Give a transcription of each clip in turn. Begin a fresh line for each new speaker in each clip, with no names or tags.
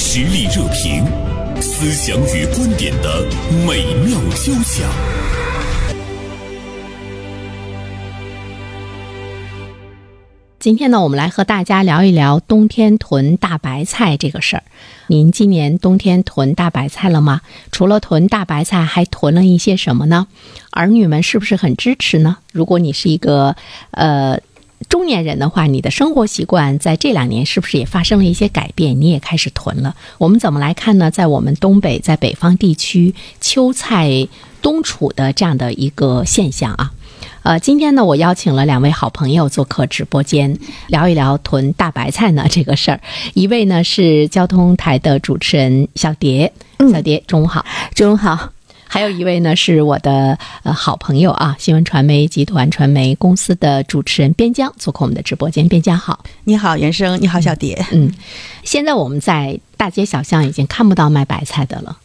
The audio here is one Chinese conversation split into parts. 实力热评，思想与观点的美妙交响。
今天呢，我们来和大家聊一聊冬天囤大白菜这个事儿。您今年冬天囤大白菜了吗？除了囤大白菜，还囤了一些什么呢？儿女们是不是很支持呢？如果你是一个呃中年人的话，你的生活习惯在这两年是不是也发生了一些改变？你也开始囤了？我们怎么来看呢？在我们东北，在北方地区，秋菜冬储的这样的一个现象啊。呃，今天呢，我邀请了两位好朋友做客直播间，聊一聊囤大白菜呢这个事儿。一位呢是交通台的主持人小蝶，小蝶中午好。
嗯中午好，
还有一位呢是我的呃好朋友啊，新闻传媒集团传媒公司的主持人边疆做客我们的直播间，边疆好。
你好，袁生，你好，小蝶。
嗯，现在我们在大街小巷已经看不到卖白菜的了，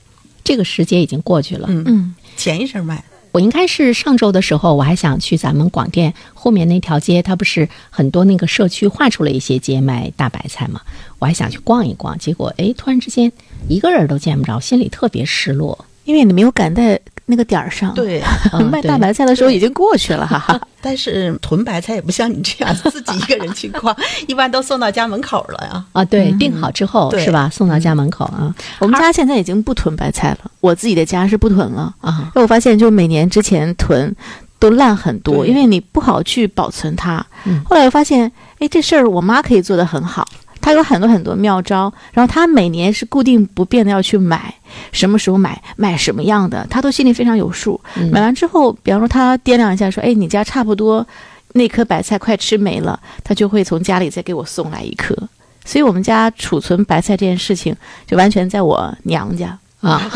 这个时节已经过去了。
嗯嗯，前一阵卖，
我应该是上周的时候，我还想去咱们广电后面那条街，它不是很多那个社区划出了一些街卖大白菜嘛，我还想去逛一逛，结果哎，突然之间一个人都见不着，心里特别失落。
因为你没有赶在那个点儿上。，
对，
嗯
卖
对
大白菜的时候已经过去了，哈哈。
但是囤白菜也不像你这样自己一个人去 逛，一般都送到家门口了呀。
啊，对，订好之后
嗯对
是吧？送到家门口啊
我们家现在已经不囤白菜了，我自己的家是不囤了。
啊，
因为我发现，就是每年之前囤都烂很多，
对
因为你不好去保存它。
嗯
后来我发现，哎，这事儿我妈可以做得很好，她有很多很多妙招。然后她每年是固定不变的要去买，什么时候买，买什么样的，她都心里非常有数。
嗯
买完之后，比方说她掂量一下，说，哎，你家差不多那颗白菜快吃没了，她就会从家里再给我送来一颗。所以，我们家储存白菜这件事情，就完全在我娘家。
嗯
啊，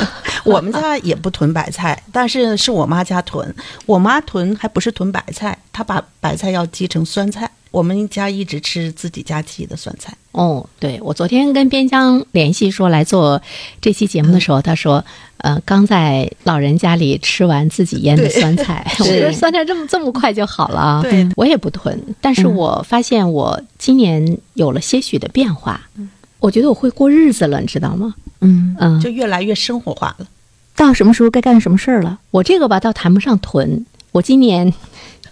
我们家也不囤白 菜，但是是我妈家囤。我妈囤还不是囤白菜，她把白菜要鸡成酸菜。我们家一直吃自己家鸡的酸菜。
哦，对，我昨天跟边疆联系说来做这期节目的时候，他说，呃，刚在老人家里吃完自己腌的
对
酸菜， 我
是
觉得酸菜这么这么快就好了啊。
对的
我也不囤，但是我发现我今年有了些许的变化，我觉得我会过日子了，你知道吗？
嗯，
嗯，
就越来越生活化了。
到什么时候该干什么事儿了？
我这个吧倒谈不上囤，我今年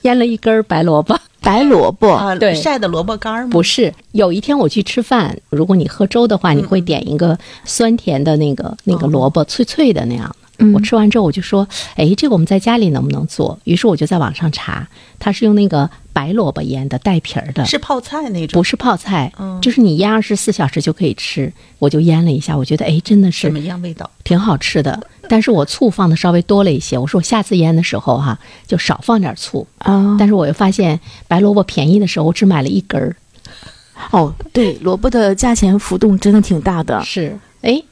腌了一根儿白萝卜。
白萝卜，
啊、
对
晒的萝卜干儿吗？
不是，有一天我去吃饭，如果你喝粥的话，你会点一个酸甜的那个那个萝卜，脆脆的那样的。
嗯
我吃完之后我就说，哎，这个我们在家里能不能做？于是我就在网上查，它是用那个白萝卜腌的，带皮儿的，
是泡菜那种。
不是泡菜？
嗯
就是你腌二十四小时就可以吃。我就腌了一下，我觉得哎，真的
什
是
么样味道？
挺好吃的，但是我醋放的稍微多了一些。我说我下次腌的时候哈、就少放点醋。
嗯
啊，
但是我又发现白萝卜便宜的时候，我只买了一根儿。
哦，对，萝卜的价钱浮动真的挺大的。
是，哎，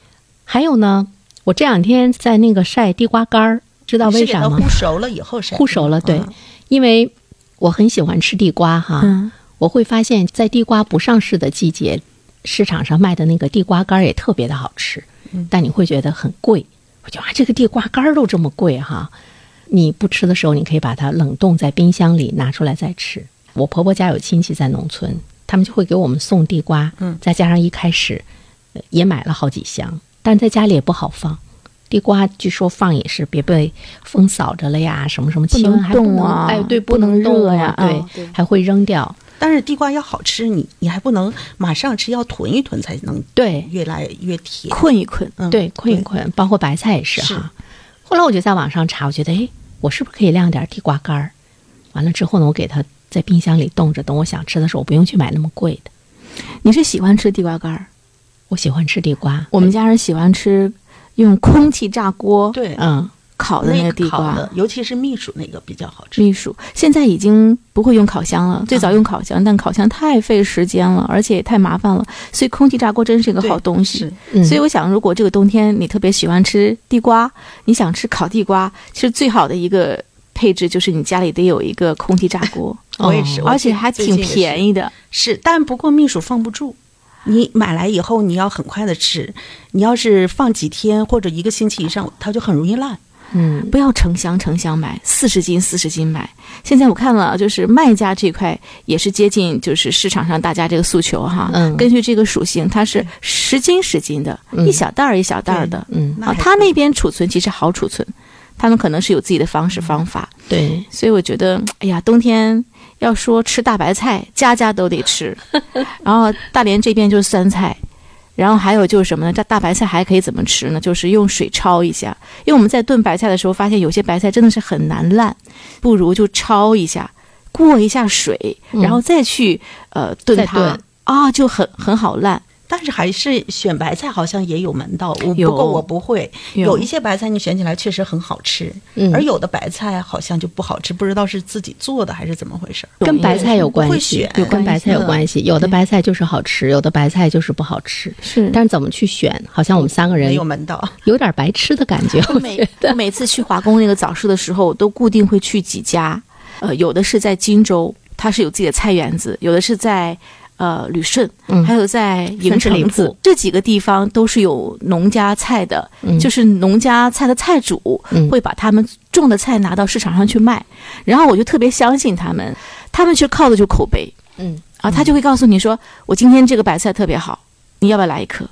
还有呢，我这两天在那个晒地瓜干儿，知道为
是给
啥
它
吗？
烀熟了以后晒。
烀熟了，对，
嗯
因为我很喜欢吃地瓜哈。
嗯，
我会发现，在地瓜不上市的季节，市场上卖的那个地瓜干儿也特别的好吃，
嗯
但你会觉得很贵。我觉得啊，这个地瓜干儿都这么贵哈，你不吃的时候，你可以把它冷冻在冰箱里，拿出来再吃。我婆婆家有亲戚在农村，他们就会给我们送地瓜，
嗯
再加上一开始呃也买了好几箱，但在家里也不好放。地瓜据说放也是别被风扫着了呀，什么什么
不
气温
能
还不能
动啊
哎对，
不能
动
热
啊
呀啊
对，还会扔掉。
但是地瓜要好吃，你你还不能马上吃，要囤一囤才能
对
越来越甜。
困一困，
嗯，
对，困一困，包括白菜也是
是
哈。后来我就在网上查，我觉得，哎，我是不是可以晾点地瓜干儿？完了之后呢，我给它在冰箱里冻着，等我想吃的时候，我不用去买那么贵的。
你是喜欢吃地瓜干儿？
我喜欢吃地瓜，
我们家人喜欢吃用空气炸锅
对，
嗯，
烤的
啊
嗯
那
个
个
地
烤
瓜
的。，尤其是蜜薯那个比较好吃。
秘书现在已经不会用烤箱了，最早用烤箱，但烤箱太费时间了，而且也太麻烦了，所以空气炸锅真是一个
对
好东西。
是
嗯
所以我想，如果这个冬天你特别喜欢吃地瓜，你想吃烤地瓜，其实最好的一个配置就是你家里得有一个空气炸锅，
哦
我也是，
而且还挺便
宜。
宜的。
是，但不过蜜薯放不住。你买来以后，你要很快的吃。你要是放几天或者一个星期以上，它就很容易烂。
嗯
不要成箱成箱买，四十斤四十斤买。现在我看了，啊就是卖家这块也是接近就是市场上大家这个诉求哈。
嗯
根据这个属性，它是十斤十斤的，
嗯
一小袋儿一小袋儿的。
嗯，
那
啊，
还
他那边储存其实好储存，他们可能是有自己的方
嗯
式方法。
对，
所以我觉得，哎呀，冬天要说吃大白菜，家家都 得吃。然后大连这边就是酸菜，然后还有就是什么呢？这大白菜还可以怎么吃呢？就是用水焯一下，因为我们在炖白菜的时候发现有些白菜真的是很难烂，不如就焯一下，过一下水，
嗯
然后再去呃炖
再
它
炖
啊，就很很好烂。
但是还是选白菜好像也有门道，我
有
不过我不会。
有
有一些白菜你选起来确实很好吃，
嗯
而有的白菜好像就不好吃，不知道是自己做的还是怎么回事儿。
跟白菜有关
不会
系
选，
有跟白菜有
嗯
关系。有的白菜就是好吃，有的白菜就是不好吃。
是
但是怎么去选，好像我们三个人
没有门道。
有点白痴的感觉。
我每我每次去华工那个早市的时候，都固定会去几家，呃，有的是在荆州，它是有自己的菜园子；有的是在呃旅顺，
嗯
还有在营
顺治
城
里
子
铺
这几个地方都是有农家菜的，
嗯
就是农家菜的菜主
嗯
会把他们种的菜拿到市场上去卖，然后我就特别相信他们，他们去靠的就口碑，
嗯
啊，他就会告诉你说，我今天这个白菜特别好，你要不要来一颗？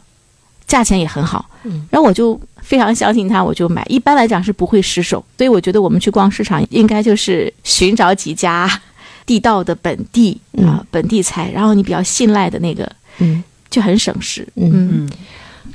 价钱也很好，
嗯，
然后我就非常相信他，我就买。一般来讲是不会失手，所以我觉得我们去逛市场应该就是寻找几家 地道的本地
嗯
啊、本地菜，然后你比较信赖的那个，
嗯，
就很省事。
嗯
嗯，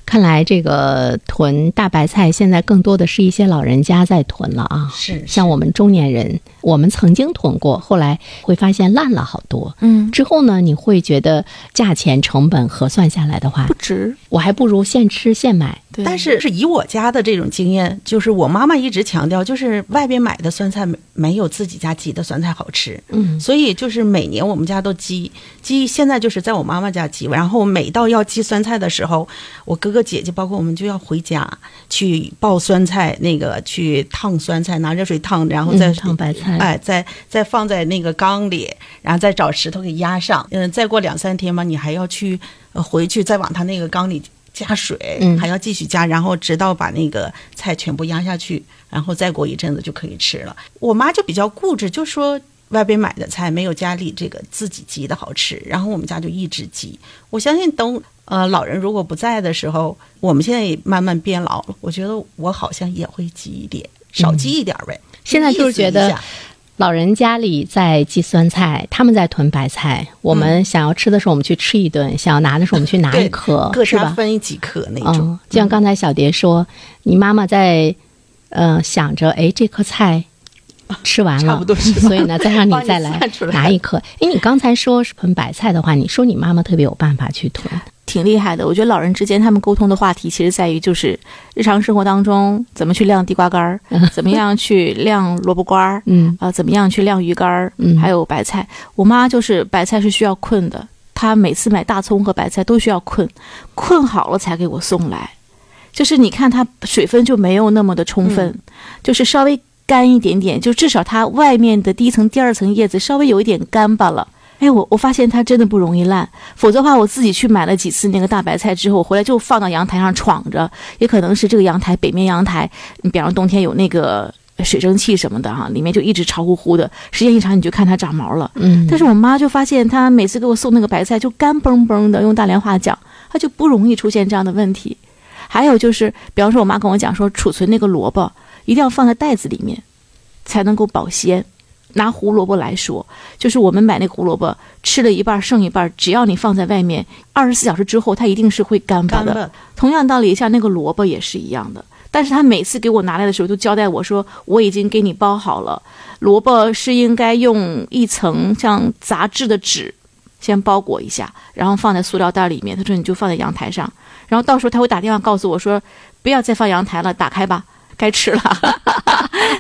看来这个囤大白菜，现在更多的是一些老人家在囤了啊。
是
像我们中年人，我们曾经囤过，后来会发现烂了好多。
嗯，
之后呢，你会觉得价钱成本核算下来的话
不，值。
我还不如现吃现买。
对
但是是以我家的这种经验，就是我妈妈一直强调，就是外边买的酸菜没没有自己家挤的酸菜好吃。
嗯
所以就是每年我们家都积积，现在就是在我妈妈家积，然后每到要积酸菜的时候，我哥哥姐姐包括我们就要回家去爆酸菜，那个去烫酸菜，拿热水烫，然后再、
嗯烫白菜
哎，再再放在那个缸里，然后再找石头给压上。嗯，再过两三天吧，你还要去、呃回去再往它那个缸里。加水
嗯，
还要继续加，然后直到把那个菜全部压下去，然后再过一阵子就可以吃了。我妈就比较固执，就说外边买的菜没有家里这个自己鸡的好吃，然后我们家就一直鸡。我相信等呃老人如果不在的时候，我们现在也慢慢变老了，我觉得我好像也会鸡一点，少鸡一点儿呗。
嗯现在就是觉得
意思一下
老人家里在寄酸菜，他们在囤白菜。我们想要吃的时候，我们去吃一顿；想要拿的时候，我们去拿一
嗯对
啊
颗，
各
是
家
吧？
分几颗那种。
嗯，就像刚才小蝶说，你妈妈在呃想着，哎，这颗菜吃完了，
差不多是吧
所以呢，再让你
帮你
再来
算出来
拿一颗。哎，你刚才说是盆白菜的话，你说你妈妈特别有办法去囤，
挺厉害的。我觉得老人之间他们沟通的话题，其实在于就是日常生活当中怎么去晾地瓜 干儿，怎么样去晾萝卜干儿，
嗯
啊、怎么样去晾鱼干儿，
嗯
还有白菜。我妈就是白菜是需要困的，她每次买大葱和白菜都需要困，困好了才给我送来。就是你看它水分就没有那么的充分，
嗯
就是稍微干一点点，就至少它外面的第一层、第二层叶子稍微有一点干巴了。哎，我我发现它真的不容易烂，否则的话，我自己去买了几次那个大白菜之后，我回来就放到阳台上闯着，也可能是这个阳台北面阳台，你比方冬天有那个水蒸气什么的哈、里面就一直潮乎乎的，时间一长你就看它长毛了。
嗯，
但是我妈就发现，她每次给我送那个白菜就干嘣嘣的，用大连话讲，她就不容易出现这样的问题。还有就是，比方说我妈跟我讲说，储存那个萝卜一定要放在袋子里面，才能够保鲜。拿胡萝卜来说，就是我们买那个胡萝卜，吃了一半儿剩一半儿，只要你放在外面，二十四小时之后它一定是会干巴
干
的。
了，
同样道理，像那个萝卜也是一样的。但是他每次给我拿来的时候，都交代我说我已经给你包好了，萝卜是应该用一层像杂志的纸先包裹一下，然后放在塑料袋里面。他说你就放在阳台上，然后到时候他会打电话告诉我说不要再放阳台了，打开吧，该吃了。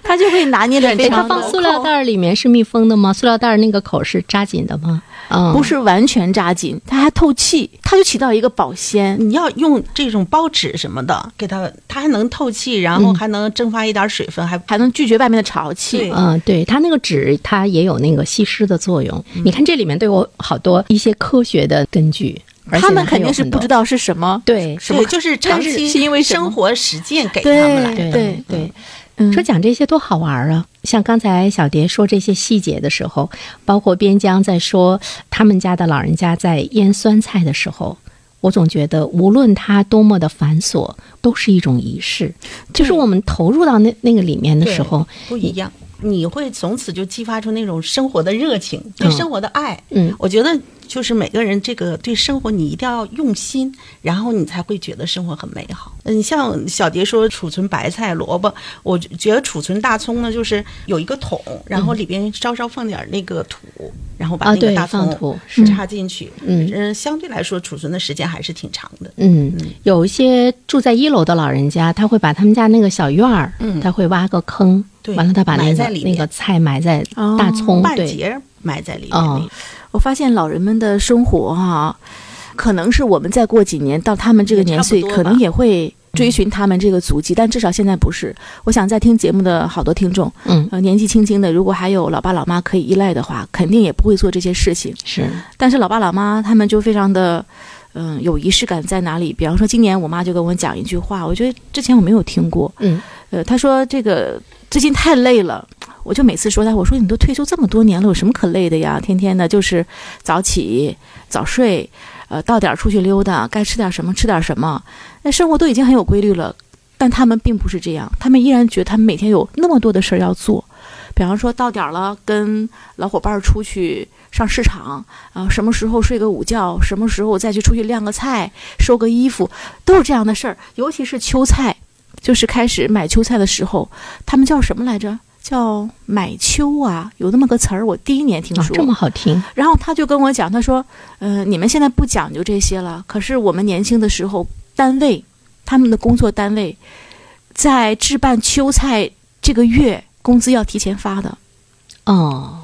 他就会拿捏的非
哎，它
常
放
的
塑料袋儿里面是密封的吗？塑料袋儿那个口是扎紧的吗？嗯，
不，是完全扎紧，它还透气，它就起到一个保鲜。
你要用这种报纸什么的给它，它还能透气，然
嗯
后还能蒸发一点水分，还
还能拒绝外面的潮气
对，
嗯，对，它那个纸它也有那个吸湿的作用。你看这里面都有好多一些科学的根据，而且
他
呢
们
还
肯
有
定是
很
不
多
知道是什么
对
什么
对，就是
但
长
是
期
是因为什么
生活实践给他们来的。
对
对。
嗯
说讲这些多好玩儿啊！像刚才小蝶说这些细节的时候，包括边疆在说他们家的老人家在腌酸菜的时候，我总觉得无论它多么的繁琐，都是一种仪式。就是我们投入到那那个里面的时候，
不一样，你会从此就激发出那种生活的热情，对
嗯
生活的爱。
嗯
我觉得就是每个人这个对生活，你一定要用心，然后你才会觉得生活很美好。嗯，像小蝶说储存白菜、萝卜，我觉得储存大葱呢，就是有一个桶，然后里边稍稍放点那个土，然后把
嗯啊
那个
对
大葱
放土是
插进去。
嗯
嗯，相对来说储存的时间还是挺长的。
嗯，有一些住在一楼的老人家，他会把他们家那个小院儿，
嗯
他会挖个坑，
对
完了他把那
埋
个
在里
那
面哦
个菜埋在大葱，
半
对，
截儿埋在里面
哦
那个。
哦我发现老人们的生活哈、可能是我们再过几年到他们这个年岁，
也差不多
可
吧
能也会追寻他们这个足迹，但至少现在不是。我想在听节目的好多听众，
嗯，
呃，年纪轻轻的，如果还有老爸老妈可以依赖的话，肯定也不会做这些事情。
是，
但是老爸老妈他们就非常的，嗯，有仪式感在哪里？比方说，今年我妈就跟我讲一句话，我觉得之前我没有听过。
嗯，
呃，她说这个最近太累了，我就每次说她，我说你都退休这么多年了，有什么可累的呀？天天的就是早起早睡，呃，到点儿出去溜达，该吃点什么吃点什么，那生活都已经很有规律了。但他们并不是这样，他们依然觉得他们每天有那么多的事儿要做，比方说到点儿了，跟老伙伴儿出去上市场，啊，什么时候睡个午觉，什么时候再去出去晾个菜、收个衣服，都是这样的事儿。尤其是秋菜，就是开始买秋菜的时候，他们叫什么来着？叫买秋啊，有那么个词儿，我第一年听
啊，
说。
这么好听，
然后他就跟我讲，他说：“呃，你们现在不讲究这些了，可是我们年轻的时候，单位他们的工作单位在置办秋菜这个月工资要提前发的。”
哦，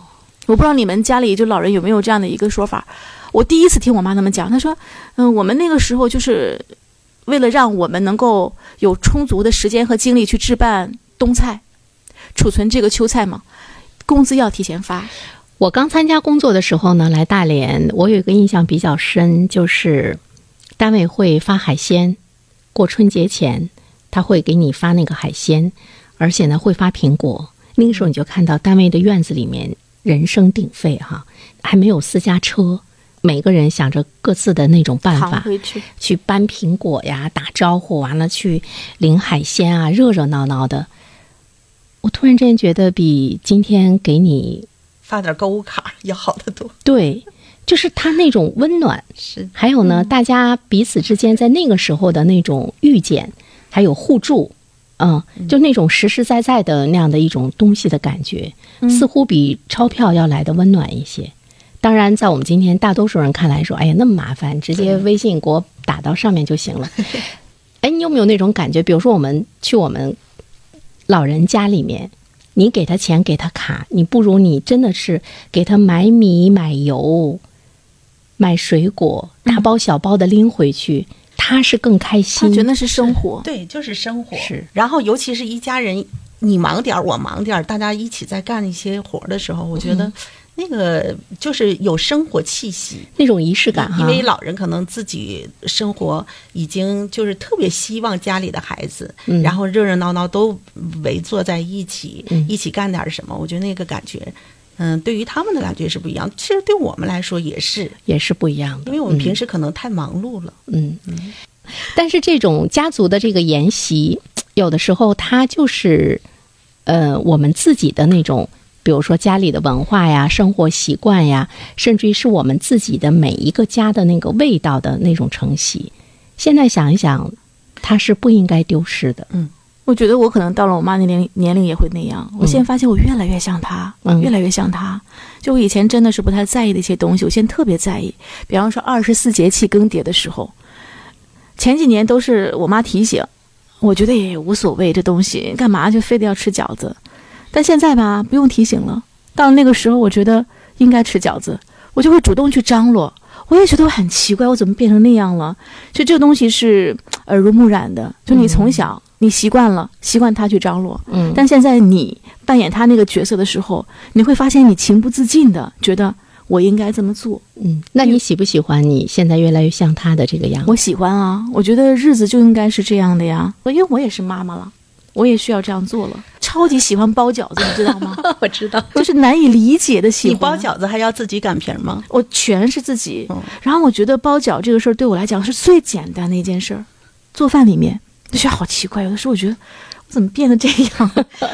我不知道你们家里就老人有没有这样的一个说法。我第一次听我妈那么讲，她说：“嗯，我们那个时候就是为了让我们能够有充足的时间和精力去置办冬菜，储存这个秋菜嘛，工资要提前发。
我刚参加工作的时候呢，来大连，我有一个印象比较深，就是单位会发海鲜，过春节前他会给你发那个海鲜，而且呢会发苹果。那个时候你就看到单位的院子里面人声鼎沸哈、还没有私家车，每个人想着各自的那种办
扛
法
回去，
去搬苹果呀、打招呼，完了去领海鲜啊，热热闹闹的。我突然之间觉得，比今天给你
发点购物卡要好得多。
对，就是他那种温暖，
是
还有呢，大家彼此之间在那个时候的那种遇见，还有互助，嗯，就那种实实在在的那样的一种东西的感觉，似乎比钞票要来的温暖一些。当然，在我们今天大多数人看来说，哎呀，那么麻烦，直接微信给我打到上面就行了。哎，你有没有那种感觉？比如说，我们去我们老人家里面，你给他钱，给他卡，你不如你真的是给他买米、买油、买水果，大包小包的拎回去，他是更开
她
心。
觉得那是生活，
对，就是生活。
是，
然后尤其是一家人，你忙点儿，我忙点儿，大家一起在干一些活儿的时候，我觉得那个就是有生活气息。
那种仪式感哈
因为老人可能自己生活已经就是特别希望家里的孩子，
嗯
然后热热闹闹都围坐在一起，
嗯
一起干点儿什么。我觉得那个感觉，嗯，对于他们的感觉是不一样。其实对我们来说也是，
也是不一样的，
因为我
嗯
们平时可能太忙碌了。
嗯，但是这种家族的这个沿袭，有的时候它就是，呃，我们自己的那种，比如说家里的文化呀、生活习惯呀，甚至于是我们自己的每一个家的那个味道的那种承袭。现在想一想，它是不应该丢失的。
我觉得我可能到了我妈那年龄年龄也会那样。我现在发现我越来越像她，
嗯
越来越像她。就我以前真的是不太在意的一些东西，我现在特别在意。比方说二十四节气更迭的时候，前几年都是我妈提醒，我觉得也无所谓，这东西干嘛就非得要吃饺子？但现在吧，不用提醒了。到了那个时候，我觉得应该吃饺子，我就会主动去张罗。我也觉得我很奇怪，我怎么变成那样了？就这个东西是耳濡目染的，就你从小、你习惯了，习惯他去张罗，
嗯
但现在你扮演他那个角色的时候，你会发现你情不自禁的觉得我应该这么做。
嗯，那你喜不喜欢你现在越来越像他的这个样子？
我喜欢啊，我觉得日子就应该是这样的呀，因为我也是妈妈了，我也需要这样做了。超级喜欢包饺子，你知道吗？
我知道，
就是难以理解的喜
你
欢。
包饺子还要自己擀皮儿吗？
我全是自己。
嗯
然后我觉得包饺这个事儿对我来讲是最简单的一件事儿，做饭里面就觉得好奇怪，有的时候我觉得我怎么变得这样？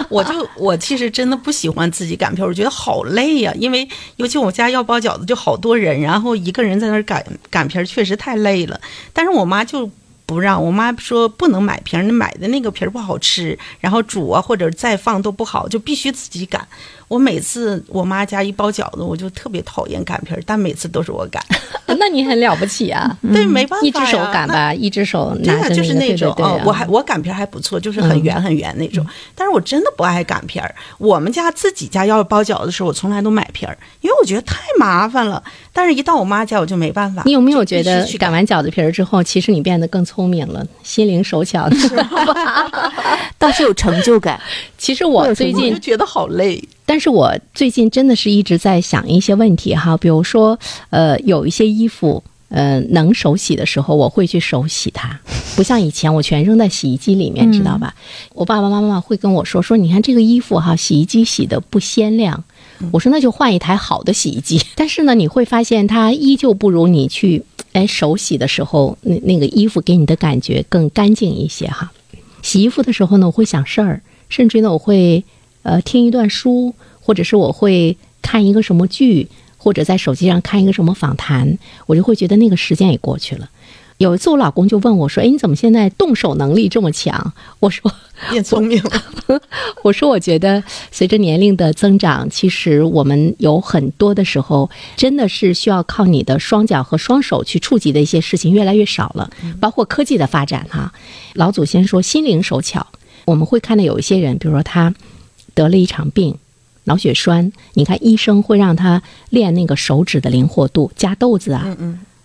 我就我其实真的不喜欢自己擀皮儿，我觉得好累呀、因为尤其我家要包饺子就好多人，然后一个人在那儿擀擀皮儿确实太累了。但是我妈就不让，我妈说不能买皮儿，你买的那个皮儿不好吃，然后煮啊或者再放都不好，就必须自己擀。我每次我妈家一包饺子，我就特别讨厌擀皮儿，但每次都是我擀，
那你很了不起啊！
对，没办法呀，
一只手擀
那
吧，一只手
对
拿
啊，
着
就是
那
那
个
种
对对对
哦
啊，嗯
我还我擀皮儿还不错，就是很圆很圆那种。但是我真的不爱擀皮儿。我们家自己家要是包饺子的时候，我从来都买皮儿，因为我觉得太麻烦了。但是一到我妈家，我就没办法。
你有没有觉得
就必须去
擀完饺子皮儿之后，其实你变得更聪明了，心灵手 巧？
倒是有成就感。
其实我最
我
近
就觉得好累。
但是我最近真的是一直在想一些问题哈，比如说，呃，有一些衣服，呃，能手洗的时候，我会去手洗它， 不像以前我全扔在洗衣机里面，知道吧？我爸爸妈妈会跟我说说，你看这个衣服哈，洗衣机洗的不鲜亮。我说那就换一台好的洗衣机， 但是呢，你会发现它依旧不如你去哎手洗的时候，那那个衣服给你的感觉更干净一些哈。洗衣服的时候呢，我会想事儿，甚至于呢，我会呃听一段书，或者是我会看一个什么剧，或者在手机上看一个什么访谈，我就会觉得那个时间也过去了。有一次，我老公就问我说：“哎，你怎么现在动手能力这么强？”我说
变聪明了，：“
我说，我觉得随着年龄的增长，其实我们有很多的时候，真的是需要靠你的双脚和双手去触及的一些事情越来越少了，包括科技的发展哈、老祖先说心灵手巧，我们会看到有一些人，比如说他得了一场病，脑血栓，你看医生会让他练那个手指的灵活度，夹豆子啊，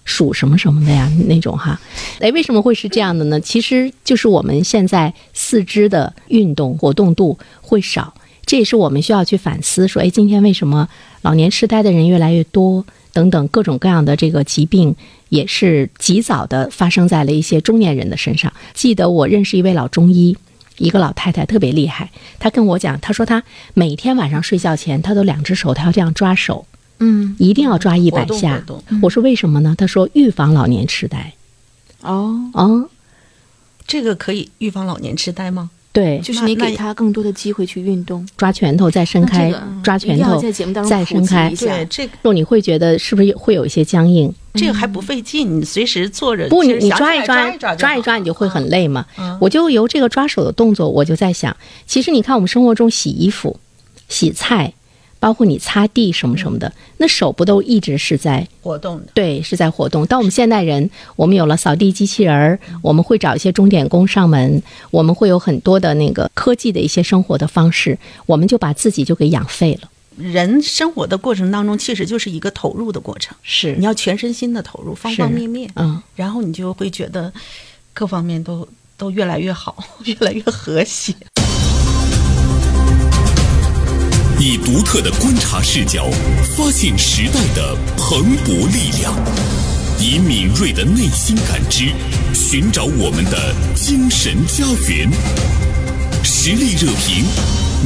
数什么什么的呀那种哈。哎，为什么会是这样的呢？其实就是我们现在四肢的运动活动度会少，这也是我们需要去反思说，哎，今天为什么老年痴呆的人越来越多？等等各种各样的这个疾病，也是及早的发生在了一些中年人的身上。记得我认识一位老中医，一个老太太特别厉害，她跟我讲，她说她每天晚上睡觉前，她都两只手她要这样抓手，
嗯，
一定要抓一
活
百
动活
下。
动。
我说为什么呢？她说预防老年痴呆。
哦，
嗯
啊、
这个可以预防老年痴呆吗？
对，
就是
那
你
那
给他更多的机会去运动，
抓拳头再伸开，
那这个嗯
抓
一定
拳
要
头
在节目当中
再
普
伸
及
开
一，下
对，这个
就你会觉得是不是会有一些僵硬？
这个还不费劲，你随时坐
嗯
着。
不，你
其实
你
想起
抓
来
一抓，
抓抓
抓一抓，你就会很累嘛。
嗯
我就由这个抓手的动作，我就在想，其实你看我们生活中洗衣服、洗菜，包括你擦地什么什么的，那手不都一直是在
活动的。
对，是在活动。但我们现代人，我们有了扫地机器人儿，我们会找一些钟点工上门，我们会有很多的那个科技的一些生活的方式，我们就把自己就给养废了。
人生活的过程当中，其实就是一个投入的过程，
是
你要全身心的投入，方
是
方面面。
嗯，
然后你就会觉得各方面都都越来越好， 越来越和谐。
以独特的观察视角，发现时代的蓬勃力量；以敏锐的内心感知，寻找我们的精神家园。实力热评，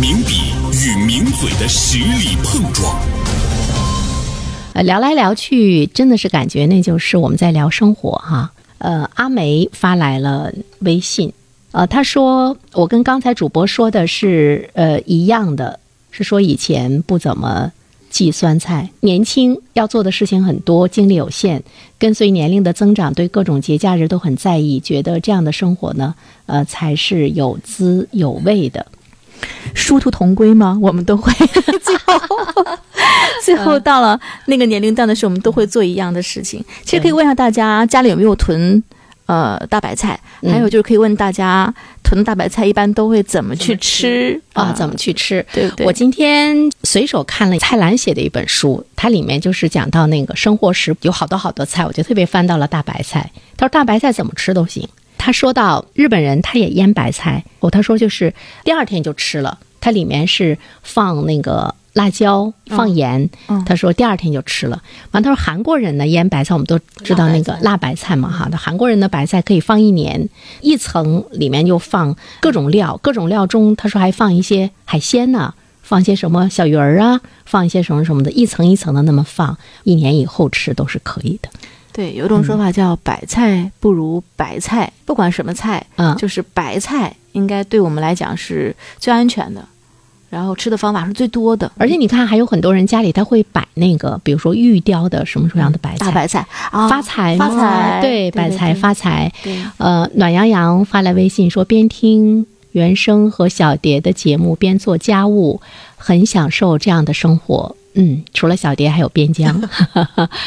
名笔与名嘴的实力碰撞。
呃，聊来聊去，真的是感觉那就是我们在聊生活哈、呃，阿梅发来了微信，呃，她说我跟刚才主播说的是呃一样的，是说以前不怎么记酸菜，年轻要做的事情很多，精力有限，跟随年龄的增长，对各种节假日都很在意，觉得这样的生活呢，呃，才是有滋有味的。
殊途同归吗？我们都会 最后， 最后到了那个年龄段的时候，我们都会做一样的事情。其实可以问一下大家，家里有没有囤呃大白菜？
嗯
还有就是可以问大家，囤大白菜一般都会怎么去吃
啊，怎么去吃？
对不对？
我今天随手看了蔡澜写的一本书，它里面就是讲到那个生活食谱，有好多好多菜，我就特别翻到了大白菜。他说大白菜怎么吃都行。他说到日本人他也腌白菜，哦，他说就是第二天就吃了，它里面是放那个。辣椒、放盐。
嗯
他说第二天就吃了。完，他说韩国人呢腌白菜，我们都知道那个辣白菜嘛哈。那
嗯
韩国人的白菜可以放一年，一层里面就放各种料，各种料中他说还放一些海鲜呢、放一些什么小鱼儿啊，放一些什么什么的，一层一层的那么放，一年以后吃都是可以的。
对，有一种说法叫“百菜不如白菜”，不管什么菜，
嗯
就是白菜应该对我们来讲是最安全的，然后吃的方法是最多的。
而且你看，还有很多人家里他会摆那个，比如说玉雕的什么什么样的白菜，
大白菜啊，
发财
发
嘛
财，
对，白菜发财。
对
呃，暖洋洋发来微信说，边听原声和小蝶的节目，边做家务，很享受这样的生活。嗯，除了小蝶，还有边 疆，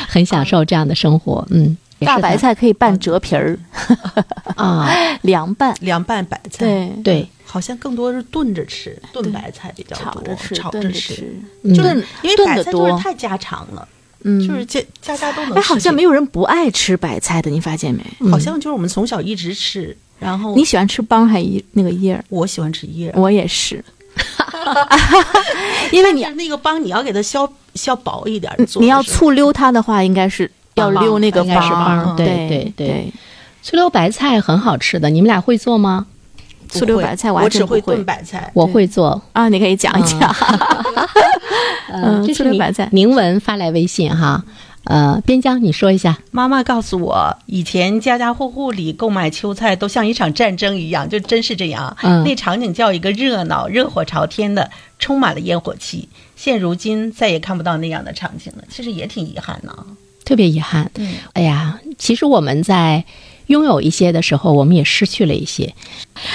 很享受这样的生活。嗯，
大白菜可以拌折皮儿，
啊，
凉拌。
凉拌白菜，，
对，
对，
好像更多是炖着吃，炖白菜比较多，
炒着吃，
炒
炖
着
着吃，
嗯
就是
炖
因为
炖
白
得
菜就是
多
太家常了，
嗯，
就是家家家都能吃。
哎，好像没有人不爱吃白菜的，你发现没？
有，好像就是我们从小一直吃，然后
你喜嗯欢吃帮还一那个叶儿？
我喜欢吃叶儿，
我也是，因为你嗯
但是那个帮你要给它削削薄一点儿做的时候，
你要醋溜它的话，应该是要
帮
溜那个
应该是
帮，
帮对
对
对对醋溜白菜很好吃的，你们俩会做吗？
不
醋溜
会
白菜我
我
还
只
真不
会
会
炖白菜，
我会做。
啊，你可以讲一讲。 嗯
呃这
醋
是
溜
明
白菜
明文发来微信哈。呃，边疆，你说一下。
妈妈告诉我，以前家家户户里购买秋菜都像一场战争一样，就真是这样。
嗯
那场景叫一个热闹、热火朝天的，充满了烟火气。现如今再也看不到那样的场景了，其实也挺遗憾的啊。
特别遗憾。
嗯，
哎呀，其实我们在拥有一些的时候，我们也失去了一些。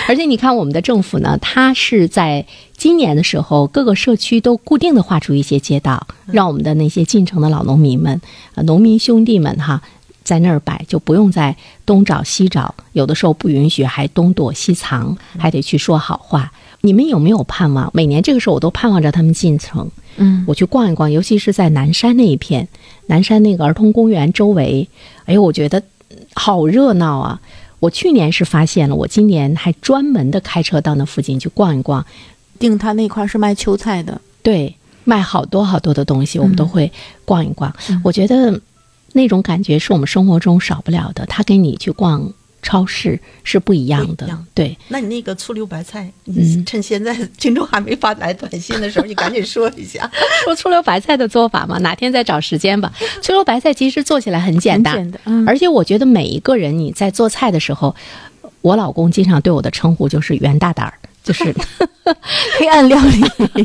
而且你看，我们的政府呢，它是在今年的时候，各个社区都固定的划出一些街道，让我们的那些进城的老农民们、呃农民兄弟们哈，在那儿摆，就不用再东找西找，有的时候不允许还东躲西藏，还得去说好话。你们有没有盼望？每年这个时候，我都盼望着他们进城。
嗯，
我去逛一逛，尤其是在南山那一片，南山那个儿童公园周围，哎呦，我觉得嗯好热闹啊！我去年是发现了，我今年还专门的开车到那附近去逛一逛，
定它那块儿是卖秋菜的，
对，卖好多好多的东西，我们都会逛一逛。我觉得那种感觉是我们生活中少不了的，它跟你去逛超市是不一样
不
的，
一样
对。
那你那个醋溜白菜，你趁现在 听众还没发来短信的时候，你赶紧说一下。
说醋溜白菜的做法嘛，哪天再找时 间吧。醋溜白菜其实做起来很简单，
很简单嗯
而且我觉得每一个人你在做菜的时候，我老公经常对我的称呼就是袁大胆儿。就是
黑暗料理。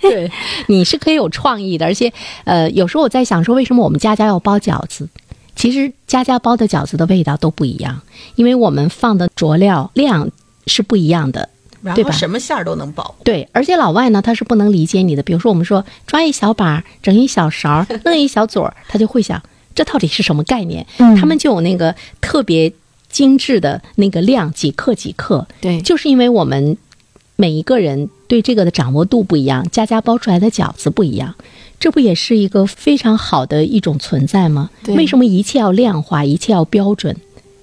对，你是可以有创意的，而且，呃，有时候我在想说，为什么我们家家要包饺子？其实家家包的饺子的味道都不一样，因为我们放的佐料量是不一样的。
然
对
后
吧
什么馅儿都能包，
对，而且老外呢，他是不能理解你的。比如说，我们说抓一小把儿，整一小勺儿，弄一小撮儿，他就会想这到底是什么概念？
嗯
他们就有那个特别精致的那个量，几克几克，
对，
就是因为我们每一个人对这个的掌握度不一样，家家包出来的饺子不一样，这不也是一个非常好的一种存在吗？
对
为什么一切要量化，一切要标准？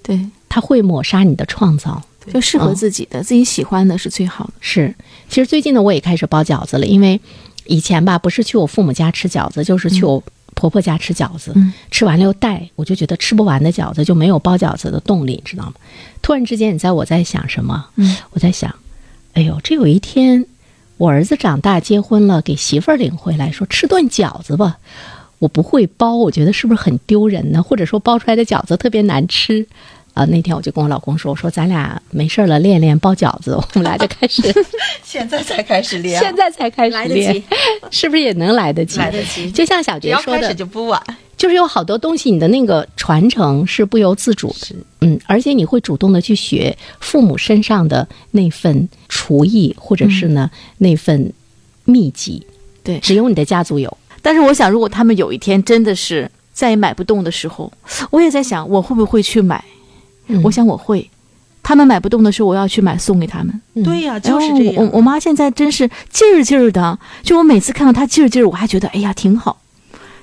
对，
它会抹杀你的创造。
就适合
嗯
自己的，自己喜欢的是最好的。
是，其实最近呢，我也开始包饺子了，因为以前吧，不是去我父母家吃饺子，就是去我婆婆家吃饺子，
嗯
吃完了又带，我就觉得吃不完的饺子就没有包饺子的动力，知道吗？突然之间，你猜我在想什么？
嗯，
我在想，哎呦，这有一天我儿子长大结婚了，给媳妇儿领回来，说吃顿饺子吧。我不会包，我觉得是不是很丢人呢？或者说包出来的饺子特别难吃？啊、那天我就跟我老公说，我说咱俩没事儿了，练练包饺子，我们俩就开始
现在才开始练，
现在才开始
来得
练
及，
是不是也能来得及？
来得及
就像小
只
杰
要
说
开
的
始，就不晚。
就是有好多东西，你的那个传承是不由自主的。嗯，而且你会主动的去学父母身上的那份厨艺，或者是
嗯
呢、那份秘籍，
对，
只有你的家族有。
但是我想，如果他们有一天真的是再也买不动的时候，我也在想，我会不会去买？
嗯
我想我会。他们买不动的时候，我要去买送给他们。
对呀、就是
哎呦
这
我
样。
我妈现在真是劲儿劲儿的，就我每次看到她劲儿劲儿，我还觉得哎呀挺好，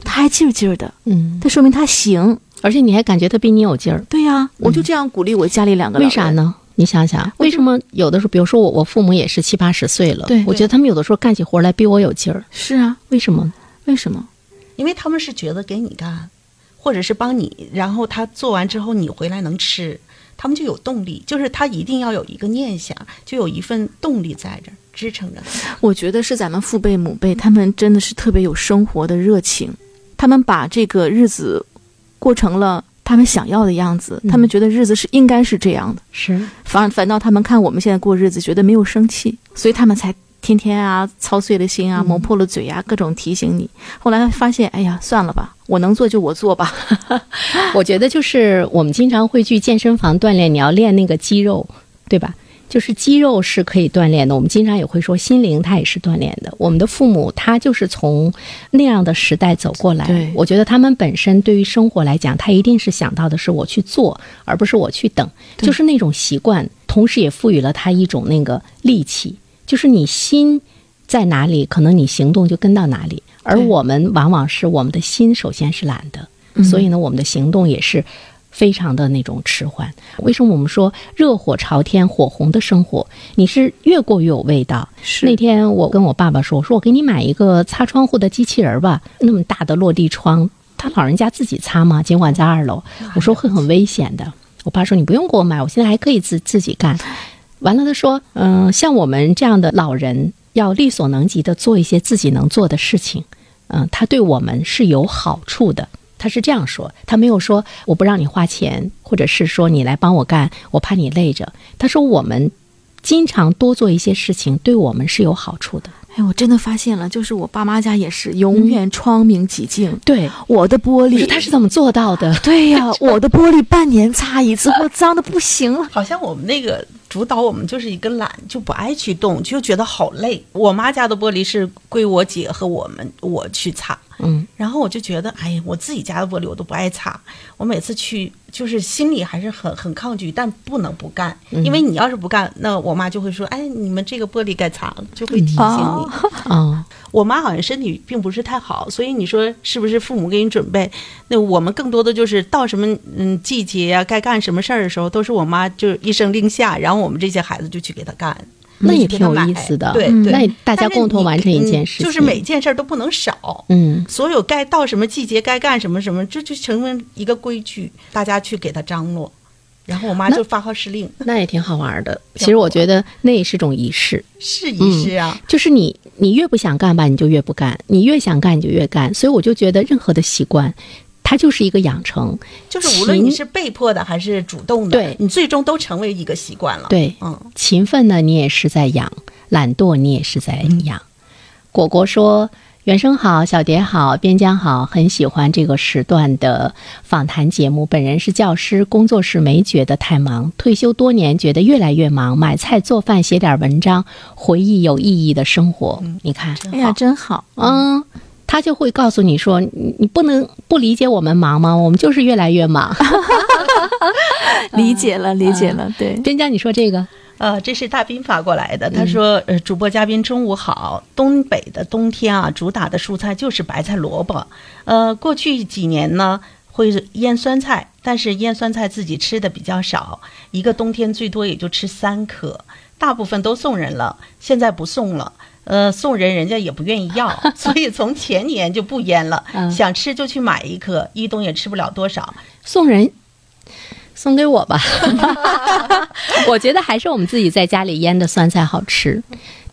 她还劲儿劲儿的，
嗯，
这说明她行。
而且你还感觉他比你有劲儿，
对呀、我就这样鼓励我家里两个老
为
人。
啥？呢？你想想，为什么有的时候，比如说我，我父母也是七八十岁了，
对
我觉得他们有的时候干起活来比我有劲儿，
是啊，
为什么？
为什么？
因为他们是觉得给你干，或者是帮你，然后他做完之后你回来能吃，他们就有动力，就是他一定要有一个念想，就有一份动力在这儿支撑着他。
我觉得是咱们父辈母辈，他们真的是特别有生活的热情，他们把这个日子过成了他们想要的样子，
嗯
他们觉得日子是应该是这样的，
是
反反倒他们看我们现在过日子，觉得没有生气，所以他们才。天天啊，操碎了心啊，
嗯
磨破了嘴啊，各种提醒你。后来发现，哎呀，算了吧，我能做就我做吧。
我觉得就是我们经常会去健身房锻炼，你要练那个肌肉，对吧？就是肌肉是可以锻炼的，我们经常也会说心灵它也是锻炼的。我们的父母他就是从那样的时代走过来
对，
我觉得他们本身对于生活来讲，他一定是想到的是我去做，而不是我去等，就是那种习惯，同时也赋予了他一种那个力气，就是你心在哪里，可能你行动就跟到哪里。而
对
我们往往是我们的心首先是懒的，
嗯
所以呢，我们的行动也是非常的那种迟缓。为什么我们说热火朝天、火红的生活，你是越过越有味道？
是
那天我跟我爸爸说，我说我给你买一个擦窗户的机器人儿吧，那么大的落地窗，他老人家自己擦吗？尽管在二楼，我说会很危险的。我爸说你不用给我买，我现在还可以自自己干。完了，他说，嗯、像我们这样的老人，要力所能及的做一些自己能做的事情，嗯、他对我们是有好处的。他是这样说，他没有说我不让你花钱，或者是说你来帮我干，我怕你累着。他说我们经常多做一些事情，对我们是有好处的。
哎，我真的发现了，就是我爸妈家也是永远窗明几净。
对，
我的玻
嗯我说
璃，
他是怎么做到 的？
对呀、我的玻璃半年擦一次，我脏的不行了。
好像我们那个主导，我们就是一个懒，就不爱去动，就觉得好累。我妈家的玻璃是归我姐和我们我去擦，
嗯，
然后我就觉得，哎呀，我自己家的玻璃我都不爱擦，我每次去就是心里还是很很抗拒，但不能不干，因为你要是不干，那我妈就会说，哎，你们这个玻璃该擦了，就会提醒你。
哦
啊、
我妈好像身体并不是太好，所以你说是不是父母给你准备？那我们更多的就是到什么嗯季节啊，该干什么事儿的时候，都是我妈就一声令下，然后我们这些孩子就去给她干，
那也挺
就给她
有
买
意思的。
对
嗯
对，
那大家
但是
共同
你
完成一
嗯
件事情，
就是每件事儿都不能少。
嗯。
所有该到什么季节该干什么什么，这就成为一个规矩，大家去给他张罗。然后我妈
那
就发号施令，
那也挺好玩的。其
挺
实
好
我
玩
觉得那也是种仪式，
试
嗯
一试啊。
就是你你越不想干吧，你就越不干；你越想干，你就越干。所以我就觉得任何的习惯，它就是一个养成。
就是无论你
行
是被迫的还是主动的，
对
你最终都成为一个习惯了。，
对，
嗯。
勤奋呢，你也是在养；懒惰，你也是在养。果果说：“原声好，小蝶好，边疆好，很喜欢这个时段的访谈节目。本人是教师，工作室没觉得太忙，退休多年觉得越来越忙，买菜做饭，写点文章，回忆有意义的生活。你看，
哎呀，真好！
嗯。”他就会告诉你说：“你你不能不理解我们忙吗？我们就是越来越忙。
理解了，理解了，嗯对”。
边疆，你说这个，
呃，这是大斌发过来的，他说：“呃，主播嘉宾中午好。东北的冬天啊，主打的蔬菜就是白菜、萝卜。呃，过去几年呢，会腌酸菜，但是腌酸菜自己吃的比较少，一个冬天最多也就吃三颗，大部分都送人了，现在不送了。”呃，送人人家也不愿意要，所以从前年就不腌了。
嗯
想吃就去买一颗，一冬也吃不了多少。
送人，送给我 吧。我觉得还是我们自己在家里腌的酸菜好吃。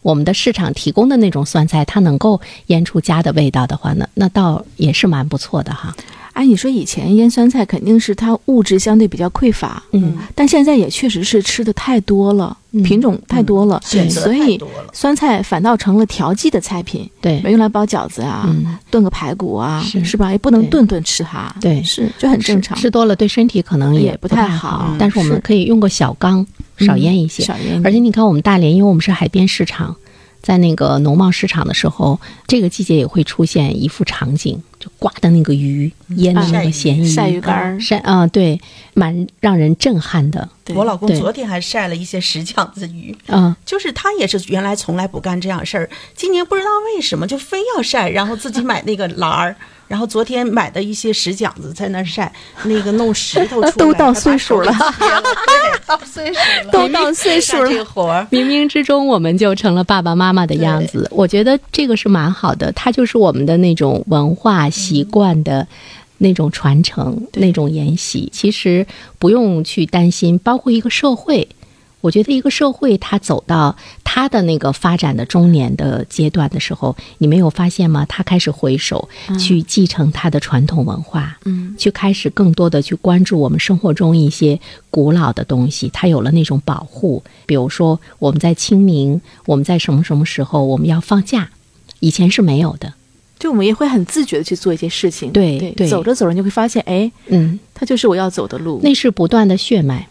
我们的市场提供的那种酸菜，它能够腌出家的味道的话呢，那倒也是蛮不错的哈。
哎，你说以前腌酸菜肯定是它物质相对比较匮乏，
嗯，
但现在也确实是吃的太多了，品种太多了，
选择
所以
太多了
酸菜反倒成了调剂的菜品，
对
用来包饺子啊，
嗯
炖个排骨啊，
是
吧？也不能
对
顿顿吃哈，
对
是就很正常，
吃吃多了对身体可能
也
不
不
太
太好嗯
但是我们
是嗯
可以用个小缸，少腌一些。
少腌一
而且你看，我们大连，因为我们是海边市场，在那个农贸市场的时候，这个季节也会出现一幅场景，就挂的那个鱼，腌的那个咸鱼，
嗯晒鱼干儿，
晒啊、对，蛮让人震撼的。
对
我老公
对
昨天还晒了一些石匠子鱼。
嗯，
就是他也是原来从来不干这样事儿，今年不知道为什么就非要晒，然后自己买那个篮儿，然后昨天买的一些石桨子在那儿晒，那个弄石头出来，
都到岁数了
还把手给切了对， 到岁数了，
都到岁数 了
干这个活 儿。
冥冥之中，我们就成了爸爸妈妈的样子。我觉得这个是蛮好的，它就是我们的那种文化习惯的那种传承、那种沿袭。其实不用去担心，包括一个社会。我觉得一个社会它走到它的那个发展的中年的阶段的时候，你没有发现吗？它开始回首去继承它的传统文化，嗯，去开始更多的去关注我们生活中一些古老的东西，它有了那种保护。比如说我们在清明，我们在什么什么时候我们要放假，以前是没有的，
就我们也会很自觉的去做一些事情。
对
对，
对
走着走着你就会发现，哎，
嗯，
它就是我要走的路。
那是不断的血脉。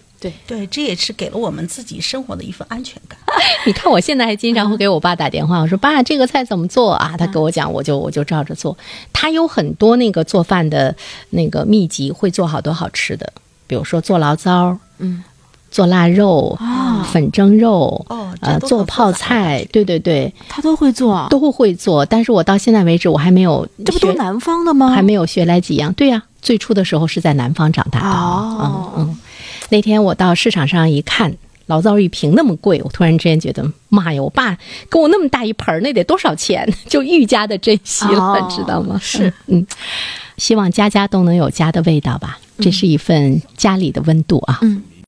对，这也是给了我们自己生活的一份安全感。
你看，我现在还经
嗯
常会给我爸打电话，我说爸，这个菜怎么做啊？他给我讲，我就我就照着做。他有很多那个做饭的那个秘籍，会做好多好吃的，比如说做醪糟，
嗯，
做腊肉，
啊
粉蒸肉，
哦这
呃，
都
做
很复
泡
杂
菜，对对对，
他都会做
哦
啊，
都会做。但是我到现在为止，我还没有
这不都
学
南方的吗？
还没有学来几样。对呀、最初的时候是在南方长大的。
哦
嗯嗯，那天我到市场上一看，醪糟一瓶那么贵，我突然之间觉得，妈呀，我爸给我那么大一盆儿，那得多少钱？就愈加的珍惜了，
哦
知道吗？
是
嗯，嗯，希望家家都能有家的味道吧。这是一份家里的温度啊。
嗯，